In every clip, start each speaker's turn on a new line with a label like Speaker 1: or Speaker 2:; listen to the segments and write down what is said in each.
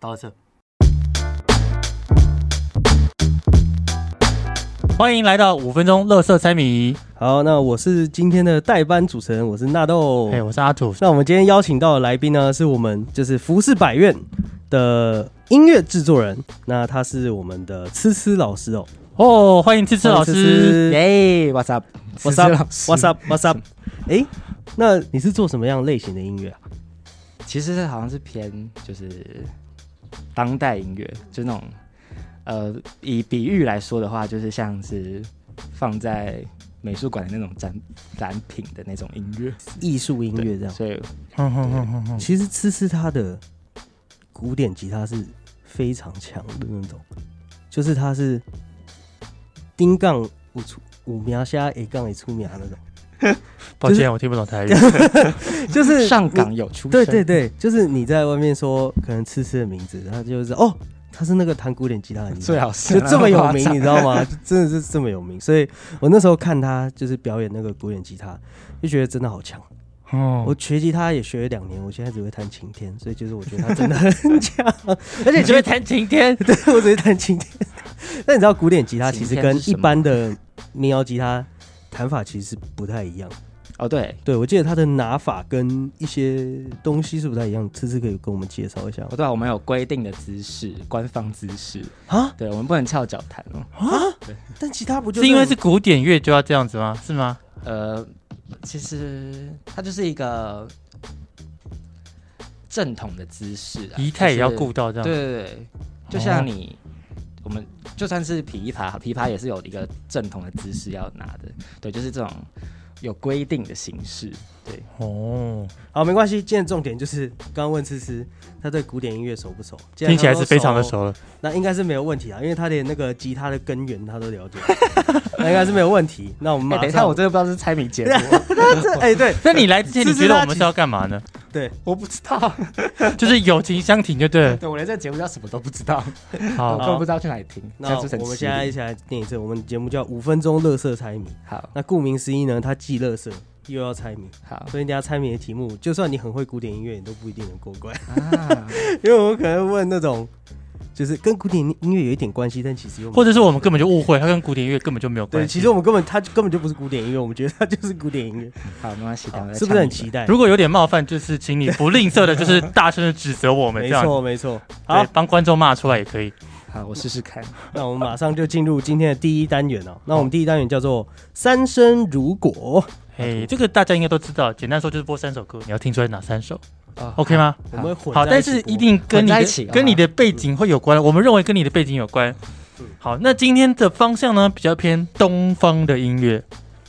Speaker 1: 好，这
Speaker 2: 欢迎来到五分钟乐色猜谜。
Speaker 3: 好，那我是今天的代班主持人，我是纳豆。
Speaker 2: 哎，我是阿土。
Speaker 3: 那我们今天邀请到的来宾呢，是我们就是服饰百院的音乐制作人，那他是我们的思思老师哦。
Speaker 2: 哦，欢迎次次老
Speaker 3: 欢迎思
Speaker 2: 师。
Speaker 3: 思
Speaker 1: 耶，What's up？
Speaker 3: What's
Speaker 1: 思思
Speaker 3: up?
Speaker 1: 老师
Speaker 3: What's up? What's up? 哎、那你是做什么样类型的音乐啊？
Speaker 1: 其实是好像是偏就是当代音乐，就那种呃，以比喻来说的话，就是像是放在美术馆的那种展展品的那种音乐，
Speaker 3: 艺术音乐这样。
Speaker 1: 所以
Speaker 2: 哼哼哼哼哼
Speaker 3: 其实思思她的古典吉他是非常强的那种，就是她是丁杠五出啊五苗虾一杠一出苗那种，
Speaker 2: 抱歉，我听不懂台语。
Speaker 3: 就是
Speaker 1: 上港有出
Speaker 3: 对
Speaker 1: 身
Speaker 3: 对对，就是你在外面说可能痴痴的名字，他就是哦，他是那个弹古典吉他的，
Speaker 1: 最好啊是
Speaker 3: 就这么 有名，你
Speaker 1: 你
Speaker 3: 知道吗？就真的是这么有名，所以我那时候看他就是表演那个古典吉他，就觉得真的好强。我
Speaker 2: 哦，
Speaker 3: 学吉他也学了两年，我现在只会弹晴天，所以就是我觉得他真的很强， 而且
Speaker 2: 你
Speaker 3: 觉
Speaker 2: 觉得
Speaker 3: 得
Speaker 2: 弹晴天？
Speaker 3: 对我只会弹晴天。 但你知道古典吉他其实
Speaker 1: 晴天
Speaker 3: 跟
Speaker 1: 是什
Speaker 3: 一
Speaker 1: 么
Speaker 3: 般的 民谣吉他弹法其实不太一样。
Speaker 1: 哦，对，
Speaker 3: 对，我记得他的拿法跟一些东西是不太一样，次次可以跟我们介绍一下吗
Speaker 1: 哦对啊，我们有规定的姿势，官方姿势，
Speaker 2: 呃
Speaker 3: 啊？
Speaker 1: 对，我们不能翘脚弹哦。
Speaker 3: 但吉他不就是
Speaker 2: 因为是古典乐就要这样子吗？是吗？
Speaker 1: 呃，其实它就是一个正统的姿势、啊，
Speaker 2: 仪态也要顾
Speaker 1: 到、
Speaker 2: 到这
Speaker 1: 对
Speaker 2: 样。
Speaker 1: 对对，就像你，
Speaker 3: 哦
Speaker 1: 我们就算是琵琶，琵琶也是有一个正统的姿势要拿的，对，就是这种有规定的形式，对，
Speaker 2: 哦，
Speaker 3: 好，没关系。今天重点就是刚刚问思思，他对古典音乐熟不熟？既然
Speaker 2: 听起来
Speaker 3: 他
Speaker 2: 是
Speaker 3: 都
Speaker 2: 非常的，熟了。
Speaker 3: 那应该是没有问题啊，因为他连那个吉他的根源他都了解， 那应该是没有问题。那我们
Speaker 1: 哎、
Speaker 3: 马
Speaker 1: 等一下，
Speaker 3: 上，
Speaker 1: 我真的不知道是猜谜节 目，
Speaker 3: 这哎、对
Speaker 2: 那你来之前，
Speaker 3: 思
Speaker 2: 你
Speaker 3: 思
Speaker 2: 觉得
Speaker 3: 她
Speaker 2: 我们
Speaker 3: 其
Speaker 2: 是要干嘛呢？
Speaker 3: 对，
Speaker 1: 我不知 道，
Speaker 2: 就是友情相挺就对 了。
Speaker 1: 对我连这个节目叫什么都不知道，我
Speaker 2: 好
Speaker 1: 根，本不知道去哪里听，这
Speaker 3: 哦那
Speaker 1: 样就很
Speaker 3: 我们
Speaker 1: 失
Speaker 3: 现在
Speaker 1: 礼
Speaker 3: 一起来念一次，我们节目叫五分钟乐色猜谜。
Speaker 1: 好
Speaker 3: 那顾名思义呢，它既乐色又要猜谜，
Speaker 1: 好
Speaker 3: 所以你要猜谜的题目，就算你很会古典音乐，你都不一定能过关。
Speaker 1: 啊，
Speaker 3: 因为我可能问那种，就是跟古典音乐有一点关系，但其实又没有
Speaker 2: 或者是我们根本就误会，它跟古典乐根本就没有关
Speaker 3: 对，
Speaker 2: 系。
Speaker 3: 其实我们根本它根本就不是古典音乐，我们觉得它就是古 典音乐，
Speaker 1: 好，没关系，等我再
Speaker 3: 是不是很
Speaker 1: 唱一
Speaker 3: 期待？
Speaker 2: 如果有点冒犯，就是请你不吝啬的，就是大声的指责我们
Speaker 3: 没
Speaker 2: 这样。
Speaker 3: 错没错，好
Speaker 2: 对，，帮观众骂出来也可以。
Speaker 1: 个好，我试试看。
Speaker 3: 那我们马上就进入今天的第一单元哦。那我们第一单元叫做“三生如果
Speaker 2: 哎，这个大家应该都知道，简单说就是播三首歌，你要听出来哪三首
Speaker 1: 哦
Speaker 2: ，OK 吗？”，
Speaker 3: 我们会混
Speaker 2: 好，
Speaker 3: 在
Speaker 2: 但
Speaker 3: 起
Speaker 2: 是
Speaker 3: 播
Speaker 2: 一定跟你
Speaker 1: 混在一
Speaker 2: 的
Speaker 1: 起
Speaker 2: 跟你的背景会有关，我们认为跟你的背景有关。好，那今天的方向呢比较偏东方的音乐。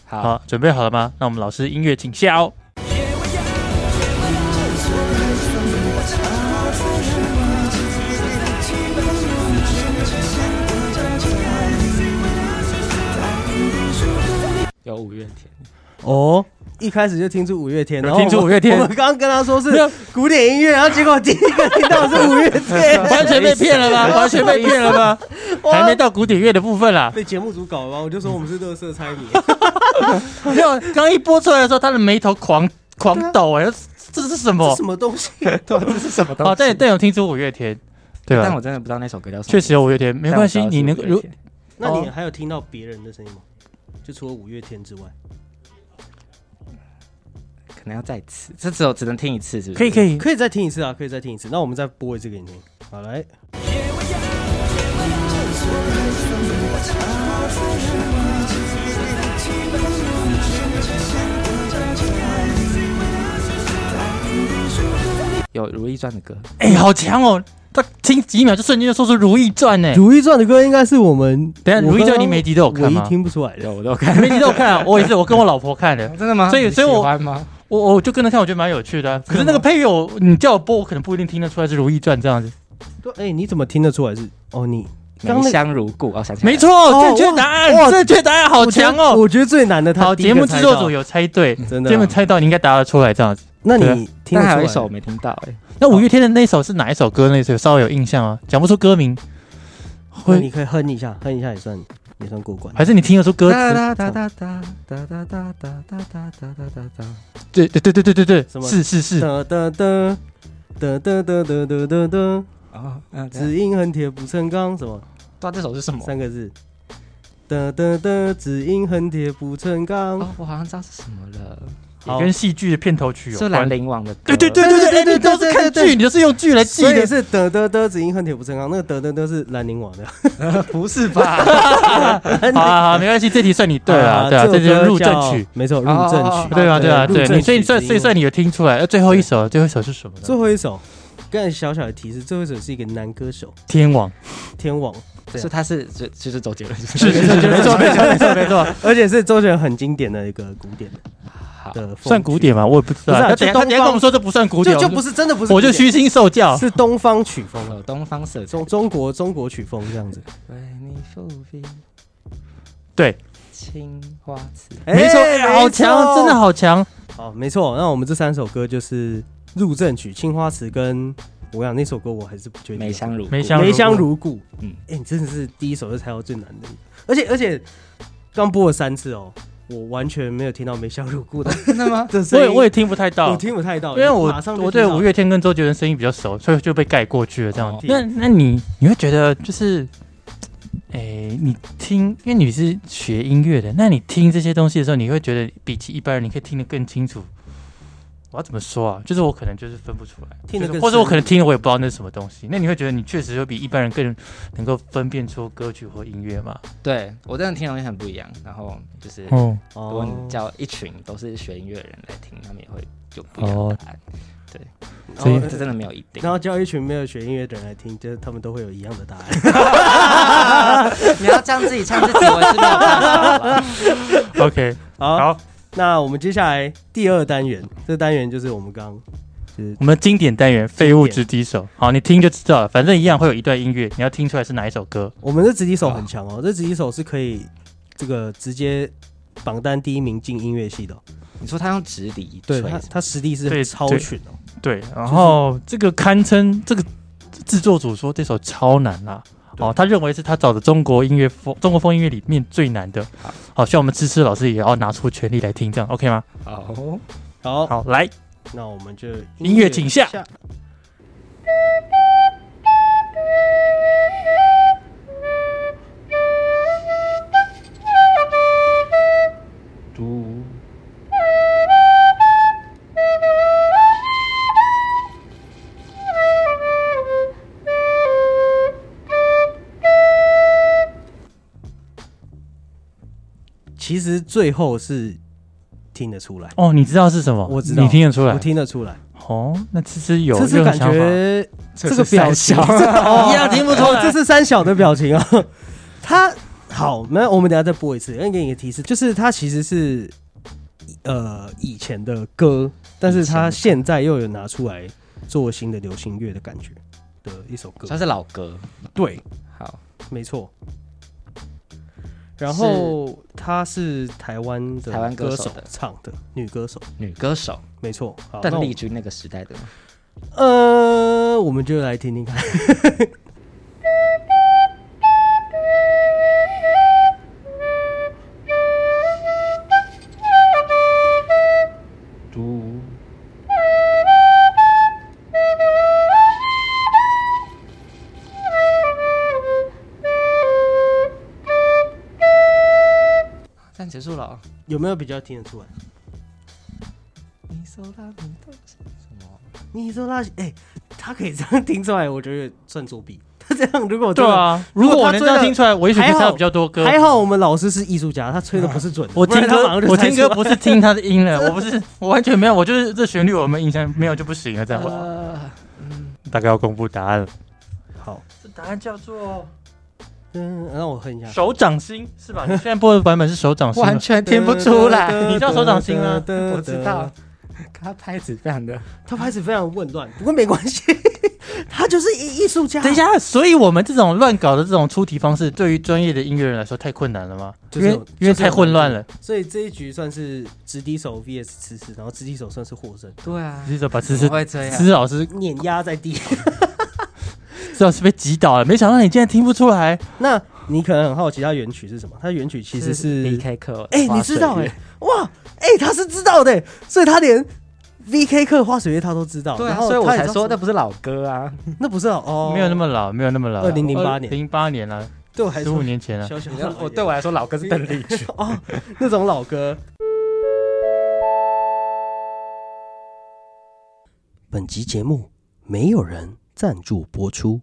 Speaker 1: 好，
Speaker 2: 好，准备好了吗？那我们老师音乐请下哦。
Speaker 1: 有五月天，
Speaker 3: 哦。一开始就听出五月天，
Speaker 2: 有
Speaker 3: 然后我
Speaker 2: 听出五月天
Speaker 3: 我们 刚刚跟他说
Speaker 2: 没有
Speaker 3: 是古典音乐，然后结果第一个听到的是五月天，
Speaker 2: 完全被骗了吧？完全被骗了吧？还没到古典乐的部分啦。
Speaker 3: 被节目组搞了吧？我就说我们是乐 色猜谜，
Speaker 2: 没有，刚一播出来的时候，他的眉头狂狂抖哎、这是什
Speaker 3: 这
Speaker 2: 么
Speaker 3: 什？么东 西？
Speaker 1: 对，这是什么东
Speaker 2: 哦，但但有听出五月天，对吧？
Speaker 1: 但我真的不知道那首歌叫什么。
Speaker 2: 确实有五月天，没
Speaker 1: 但我
Speaker 2: 关
Speaker 1: 知道
Speaker 2: 系，
Speaker 1: 是
Speaker 2: 你能
Speaker 1: 五月
Speaker 2: 如
Speaker 1: 天
Speaker 3: 那你
Speaker 2: 哦
Speaker 3: 还有听到别人的声音吗？就除了五月天之外，
Speaker 1: 可能要再一次，这只有只能听一次，是不是？
Speaker 2: 可以可
Speaker 1: 以。
Speaker 2: 以，
Speaker 3: 可以再听一次啊，可以再听一次。那我们再播一次给你听。好，来，
Speaker 2: 哎
Speaker 1: 有《如懿传》的歌，
Speaker 2: 哎、好强哦！他听几秒就瞬间就说出《如懿传》呢。
Speaker 3: 《如懿传》的歌应该是我们
Speaker 2: 等一下，《
Speaker 3: 我
Speaker 2: 如懿传》
Speaker 3: 刚
Speaker 2: 你
Speaker 3: 刚
Speaker 2: 每集都有看
Speaker 3: 唯一
Speaker 2: 吗？
Speaker 3: 听不出来的。
Speaker 1: 有我都有看。
Speaker 2: 每集都有看啊，我也是，我跟我老婆看的，
Speaker 1: 真的吗
Speaker 2: 所以
Speaker 1: 你
Speaker 2: 所以我
Speaker 1: 喜欢吗？
Speaker 2: 我我就跟着看，我觉得蛮有趣的啊、可是那个配乐我，你叫我播，我可能不一定听得出来是《如懿传》这样子。
Speaker 3: 对，哎、你怎么听得出来是？哦，你刚那
Speaker 1: 梅香如故，哦，想起来了
Speaker 2: 没，错，正确答案，
Speaker 3: 哇
Speaker 2: 正确答案好
Speaker 3: 我觉得
Speaker 2: 强哦！
Speaker 3: 我觉得最难的他
Speaker 2: 好，
Speaker 3: 第一
Speaker 2: 节
Speaker 3: 个
Speaker 2: 目
Speaker 3: 猜
Speaker 2: 制作
Speaker 3: 到
Speaker 2: 组有猜对，
Speaker 3: 真的啊、
Speaker 2: 节目猜到，你应该答得出来这样子。
Speaker 3: 那
Speaker 2: 对啊
Speaker 3: 你听得
Speaker 1: 但
Speaker 3: 出
Speaker 1: 还
Speaker 3: 来
Speaker 1: 有一首我没听到，哎，
Speaker 2: 那五月天的那首是哪一首歌呢？那首稍微有印象啊，讲不出歌名，
Speaker 3: 那
Speaker 2: 会
Speaker 3: 你可以哼一下，哼一下也算也算过关。
Speaker 2: 还是你听得出歌词？
Speaker 1: 哒哒哒哒哒哒哒哒哒哒哒哒哒哒，
Speaker 2: 对对对对对对
Speaker 3: 什
Speaker 2: 对，
Speaker 3: 么
Speaker 2: 是是是，
Speaker 3: 哒哒哒哒哒哒哒哒哒哒，
Speaker 1: 啊，嗯，只
Speaker 3: 只因恨铁不成钢，什么
Speaker 1: 道这首是什么？
Speaker 3: 三个字？的的的，只因恨铁不成钢。
Speaker 1: 哦，我好像知道是什么了，
Speaker 2: 也跟戏剧的片头曲有
Speaker 1: 是兰
Speaker 2: 关。
Speaker 1: 陵王的歌。
Speaker 2: 对对对对对，哎你都是看剧，你都是用剧来记
Speaker 3: 所以
Speaker 2: 的。
Speaker 3: 是的的的，只因恨铁不成钢。那个的的的是兰陵王 的，
Speaker 1: 不是 吧？
Speaker 2: 好啊，好 没关系，这题算你对了，对啊，这
Speaker 3: 这
Speaker 2: 就
Speaker 3: 首
Speaker 2: 是
Speaker 3: 歌
Speaker 2: 入正
Speaker 3: 叫
Speaker 2: 曲，，
Speaker 3: 没错，入
Speaker 1: 哦
Speaker 3: 正
Speaker 1: 哦
Speaker 3: 曲
Speaker 1: 哦。
Speaker 2: 对啊，对啊，
Speaker 3: 入
Speaker 2: 对，
Speaker 3: 正
Speaker 2: 你所以
Speaker 3: 曲
Speaker 2: 算
Speaker 3: 只因
Speaker 2: 所以算你有听出来。呃最后一首，最后一首是什么
Speaker 3: 最
Speaker 2: 呢？
Speaker 3: 后一首，刚才小小的提示，最后一首是一个男歌手，
Speaker 2: 天王
Speaker 3: 天王，
Speaker 1: 所以他是就就是周杰伦，是
Speaker 2: 是是 是，没错没错没错没错，
Speaker 3: 而且是周杰伦很经典的一个古典的
Speaker 1: 好，
Speaker 3: 的风
Speaker 2: 啊算
Speaker 3: 趣
Speaker 2: 古，典吗？我也不知
Speaker 3: 不
Speaker 2: 道。
Speaker 3: 是啊
Speaker 2: 他
Speaker 3: 就
Speaker 2: 等一下他等一
Speaker 3: 东
Speaker 2: 下跟
Speaker 3: 方
Speaker 2: 我们说这不算古典，
Speaker 3: 就就
Speaker 2: 我
Speaker 3: 不是真的不是古
Speaker 2: 我
Speaker 3: 典，
Speaker 2: 就虚心受教。
Speaker 3: 是东方曲风了，
Speaker 1: 有东方色彩
Speaker 3: 中。中国中国曲风这样子。
Speaker 1: 为你复辟
Speaker 2: 对，
Speaker 1: 青花瓷。
Speaker 2: 没错
Speaker 3: 哎，
Speaker 2: 好强，哦真的。好强。
Speaker 3: 好，没错。那我们这三首歌就是入正曲、青花瓷跟我想那首歌我还是不确定。啊
Speaker 1: 梅香如故
Speaker 2: 梅香
Speaker 3: 梅香如故。嗯
Speaker 1: 嗯，
Speaker 3: 哎、你真的是第一首就猜到最难的，而且而且刚播了三次哦，我完全没有听到梅香如故的
Speaker 1: 真的吗？
Speaker 3: 的声
Speaker 2: 我
Speaker 3: 音，
Speaker 2: 也我也听不太
Speaker 3: 我
Speaker 2: 到，
Speaker 3: 听不太到，
Speaker 2: 因为我
Speaker 3: 哦马上就
Speaker 2: 我对
Speaker 3: 听到
Speaker 2: 五月天跟周杰伦声音比较熟，所以就被盖过去了。这样，
Speaker 3: 哦
Speaker 2: 那那你你会觉得就是，哎、你听，因为你是学音乐的，那你听这些东西的时候，你会觉得比起一般人，你可以听得更清楚。我要怎么说啊？就是我可能就是分不出来，
Speaker 3: 听得
Speaker 2: 就是
Speaker 3: 更
Speaker 2: 或者
Speaker 3: 深
Speaker 2: 我可能听了我也不知道那是什么东西。那你会觉得你确实会比一般人更能够分辨出歌曲或音乐吗？
Speaker 1: 对我真的听的东西很不一样。然后就是，如
Speaker 2: 哦，
Speaker 1: 果你
Speaker 3: 哦，
Speaker 1: 叫一群都是学音乐的人来听，他们也会有不一样的
Speaker 2: 哦
Speaker 1: 答案。
Speaker 2: 所以
Speaker 1: 这真的没有一定
Speaker 3: 然。后叫一群没有学音乐的人来听，就是他们都会有一样的答案。
Speaker 1: 你要这样自己唱自己，我是没有办法了。
Speaker 2: ，OK，
Speaker 3: 好，
Speaker 2: 好，
Speaker 3: 那我们接下来第二单元，这单元就是我们刚就是
Speaker 2: 我们经典单元《废物
Speaker 3: 经典
Speaker 2: 之敌手》，好，你听就知道了，反正一样会有一段音乐，你要听出来是哪一首歌。
Speaker 3: 我们的直击手很强哦，这直击手是可以这个直接榜单第一名进音乐系的哦、
Speaker 1: 你说他用直笛
Speaker 3: 对
Speaker 1: 吹，
Speaker 3: 他他实力
Speaker 2: 对
Speaker 3: 是超群哦、
Speaker 2: 对，然后这个堪称这个制作组说这首超难啦、
Speaker 3: 对
Speaker 2: 哦，他认为是他找的中国音乐风中国风音乐里面最难的。好，希望我们知识老师也要拿出全力来听，这样 OK 吗？
Speaker 1: 哦，
Speaker 3: 好，
Speaker 2: 好，来，
Speaker 3: 那我们就
Speaker 2: 音乐请下
Speaker 1: 嘟
Speaker 3: 其实最后是听得出来，
Speaker 2: 哦，你知道是什么？
Speaker 3: 我知道
Speaker 2: 你听得出
Speaker 3: 我
Speaker 2: 来。
Speaker 3: 听得出来，
Speaker 2: 哦，那其实有
Speaker 3: 这
Speaker 2: 任
Speaker 3: 是
Speaker 2: 何
Speaker 3: 感
Speaker 2: 想法？
Speaker 3: 觉这个表情
Speaker 1: 哦
Speaker 3: 哦
Speaker 2: 一样听不出来
Speaker 3: 这是三小的表情啊、哦。他好，那我们等一下再播一次，因为给你一个提示，就是他其实是呃以前的歌，但是他现在又有拿出来做新的流行乐的感觉的一首歌
Speaker 1: 算。是老歌。
Speaker 3: 对，
Speaker 1: 好，
Speaker 3: 没错。然后她是台湾的
Speaker 1: 台湾歌
Speaker 3: 歌
Speaker 1: 手
Speaker 3: 手
Speaker 1: 的
Speaker 3: 唱的女歌手，
Speaker 1: 女歌手
Speaker 3: 没错。好那
Speaker 1: 邓
Speaker 3: 我
Speaker 1: 丽君那个时代的吗，
Speaker 3: 呃，我们就来听听看。
Speaker 1: 嘟这样结束了哦。
Speaker 3: 有没有比较听得出来？
Speaker 1: 你手拉你的手什么？
Speaker 3: 你说他哎、他可以这样听出来，我觉得算作弊。他这样如果真
Speaker 2: 对
Speaker 3: 的，
Speaker 2: 啊，
Speaker 3: 如
Speaker 2: 如
Speaker 3: 果
Speaker 2: 果我
Speaker 3: 他
Speaker 2: 能
Speaker 3: 追
Speaker 2: 这
Speaker 3: 了
Speaker 2: 样听出来，我也许会
Speaker 3: 还
Speaker 2: 猜到
Speaker 3: 好
Speaker 2: 比较多歌。
Speaker 3: 还好我们老师是艺术家，他吹的不是准的。
Speaker 2: 我听
Speaker 3: 不然他马
Speaker 2: 歌我
Speaker 3: 上，就猜
Speaker 2: 听
Speaker 3: 出来
Speaker 2: 歌不是听他的音 了，我不是，我完全没有，我就是这旋律我们印象没有就不行了，这样。
Speaker 1: 呃，
Speaker 2: 大概要公布答案了。
Speaker 3: 好。
Speaker 2: 这答案叫做
Speaker 3: 嗯，让我哼一下。
Speaker 2: 手掌心，是吧？你 现在播的版本是手掌心吗，
Speaker 1: 完全听不出来。
Speaker 2: 你知道手掌心啊吗
Speaker 1: 我
Speaker 3: 我
Speaker 1: 知道，他拍子非常的
Speaker 3: 他拍子非常混乱，不过没关系， 他就是艺艺术家。
Speaker 2: 等一，下，所以我们这种乱搞的这种出题方式，对于专业的音乐人来说太困难了吗？
Speaker 3: 就是
Speaker 2: 因为因为太混乱了，
Speaker 3: 所以这一局算是直敌手 VS 吃屎，然后直敌手算是获胜，
Speaker 1: 对啊，
Speaker 2: 这首把思
Speaker 1: 怎么
Speaker 2: 思
Speaker 3: 哦
Speaker 1: 会这
Speaker 3: 啊
Speaker 1: 样？
Speaker 2: 思老师
Speaker 3: 碾压在地。
Speaker 2: 思老师被击倒了，没想到你竟然听不出来。
Speaker 3: 那你可能很好奇，它原曲是什么？它原曲其实是
Speaker 1: B K 课，
Speaker 3: 哎哎、你知道哎、哇，哎、他是知道的欸、所以他连 VK 课花水月他都知道，
Speaker 1: 对
Speaker 3: 然
Speaker 1: 啊，
Speaker 3: 后
Speaker 1: 所以我
Speaker 3: 他也
Speaker 1: 才
Speaker 3: 知道
Speaker 1: 说
Speaker 3: 什
Speaker 1: 那
Speaker 3: 么
Speaker 1: 不是老歌啊，
Speaker 3: 那不是哦哦，
Speaker 2: 没有那么老，没有那么老，
Speaker 3: 2008年
Speaker 2: 零八年了，
Speaker 3: 对我还
Speaker 2: 十
Speaker 3: 说
Speaker 2: 五年前啊了。
Speaker 3: 小小
Speaker 1: 你
Speaker 3: 的
Speaker 1: 看
Speaker 3: 老
Speaker 1: 我
Speaker 3: 一点
Speaker 1: 对我来说老歌是邓丽君，
Speaker 3: 哦那种老歌。本集节目没有人赞助播出。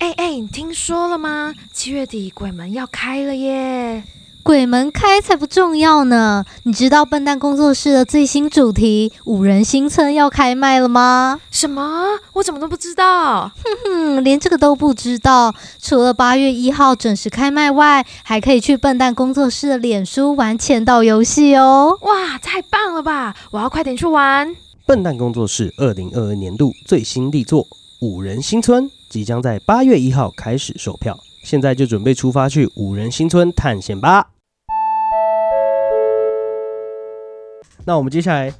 Speaker 4: 哎哎，你听说了吗？七月底鬼门要开了耶！
Speaker 5: 鬼门开才不重要呢！你知道笨蛋工作室的最新主题“五人新村”要开卖了吗？
Speaker 4: 什么？我怎么都不知道？
Speaker 5: 嗯，连这个都不知道。除了八月一号准时开卖外，还可以去笨蛋工作室的脸书玩签到游戏哦。
Speaker 4: 哇，太棒了吧！我要快点去玩。
Speaker 3: 笨蛋工作室二零二二年度最新力作《五人新村》即将在八月一号开始售票，现在就准备出发去五人新村探险吧。那我们接下来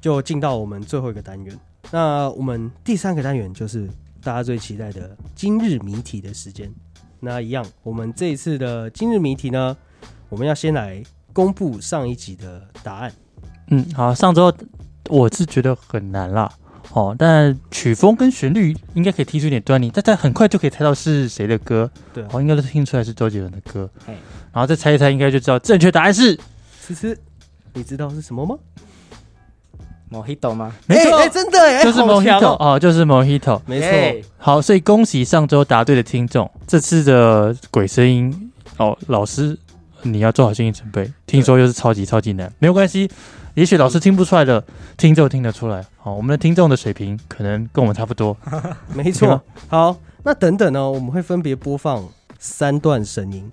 Speaker 3: 就进到我们最后一个单元。那我们第三个单元就是大家最期待的今日谜题的时间。那一样，我们这一次的今日谜题呢，我们要先来公布上一集的答案。
Speaker 2: 嗯，好，上周我是觉得很难啦，哦，但曲风跟旋律应该可以听出一点端倪，但但很快就可以猜到是谁的歌，
Speaker 3: 对啊，
Speaker 2: 哦，应该都听出来是周杰伦的歌
Speaker 1: 嘿，
Speaker 2: 然后再猜一猜，应该就知道正确答案是
Speaker 3: 思思，你知道是什么吗？
Speaker 1: 某 h i t 吗？
Speaker 2: 没错，
Speaker 3: 哎哎真的哎，
Speaker 2: 就是
Speaker 3: 好强
Speaker 2: Mojito 哎
Speaker 3: 哦，
Speaker 2: 哦，就是 Mojito。
Speaker 3: 没
Speaker 1: 耶
Speaker 3: 错，，
Speaker 2: 好，所以恭喜上周答对的听众，这次的鬼声音哦，老师你要做好心理准备，听说又是超级超级难，没有关系，也许老师听不出来的，听众听得出来。好，我们的听众的水平可能跟我们差不多。
Speaker 3: 没
Speaker 2: 你
Speaker 3: 错
Speaker 2: 吗。
Speaker 3: 好，那等等呢，我们会分别播放三段声音，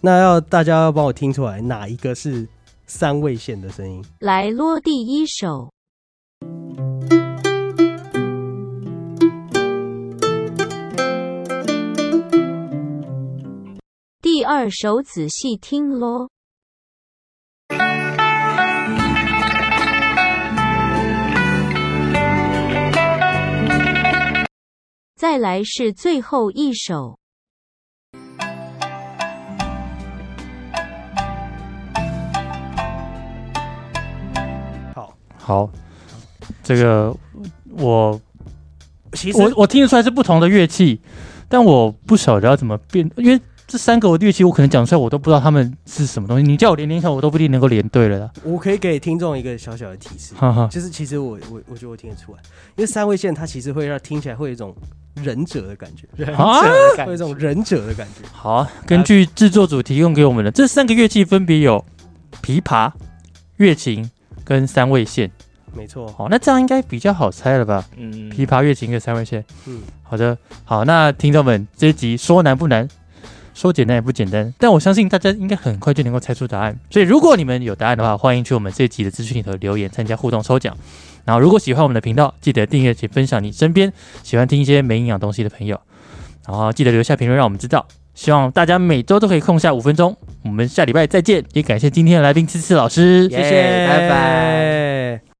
Speaker 3: 那要大家要帮我听出来哪一个是三位线的声音。
Speaker 6: 来落第一首。第二首仔细听喽，再来是最后一首。
Speaker 3: 好，
Speaker 2: 好，这个我
Speaker 3: 其
Speaker 2: 我我听得出来是不同的乐器，但我不晓得要怎么辨，因为这三个乐器我可能讲出来，我都不知道它们是什么东西。你叫我连连看，我都不一定能够连对了啦。
Speaker 3: 我可以给听众一个小小的提示，
Speaker 2: 哈 哈，
Speaker 3: 就是其实我我我觉得我听得出来，因为三位线它其实会让听起来会有一种忍者的感觉，
Speaker 1: 忍
Speaker 2: 啊
Speaker 1: 者的感
Speaker 3: 会有一
Speaker 1: 觉
Speaker 3: 种忍者的感觉。
Speaker 2: 好，根据制作组提供给我们的这三个乐器，分别有琵琶、月琴跟三味线。哦
Speaker 3: 没错，
Speaker 2: 好，那这样应该比较好猜了吧？
Speaker 1: 嗯，
Speaker 2: 琵琶、月琴跟三味线。嗯，
Speaker 3: 嗯
Speaker 2: 好的，好，那听众们，这一集说难不难，说简单也不简单，但我相信大家应该很快就能够猜出答案。所以，如果你们有答案的话，欢迎去我们这一集的资讯里头留言参加互动抽奖。然后，如果喜欢我们的频道，记得订阅且分享你身边喜欢听一些没营养东西的朋友。然后记得留下评论，让我们知道。希望大家每周都可以空下五分钟。我们下礼拜再见，也感谢今天的来宾次次老师。
Speaker 1: 耶拜拜。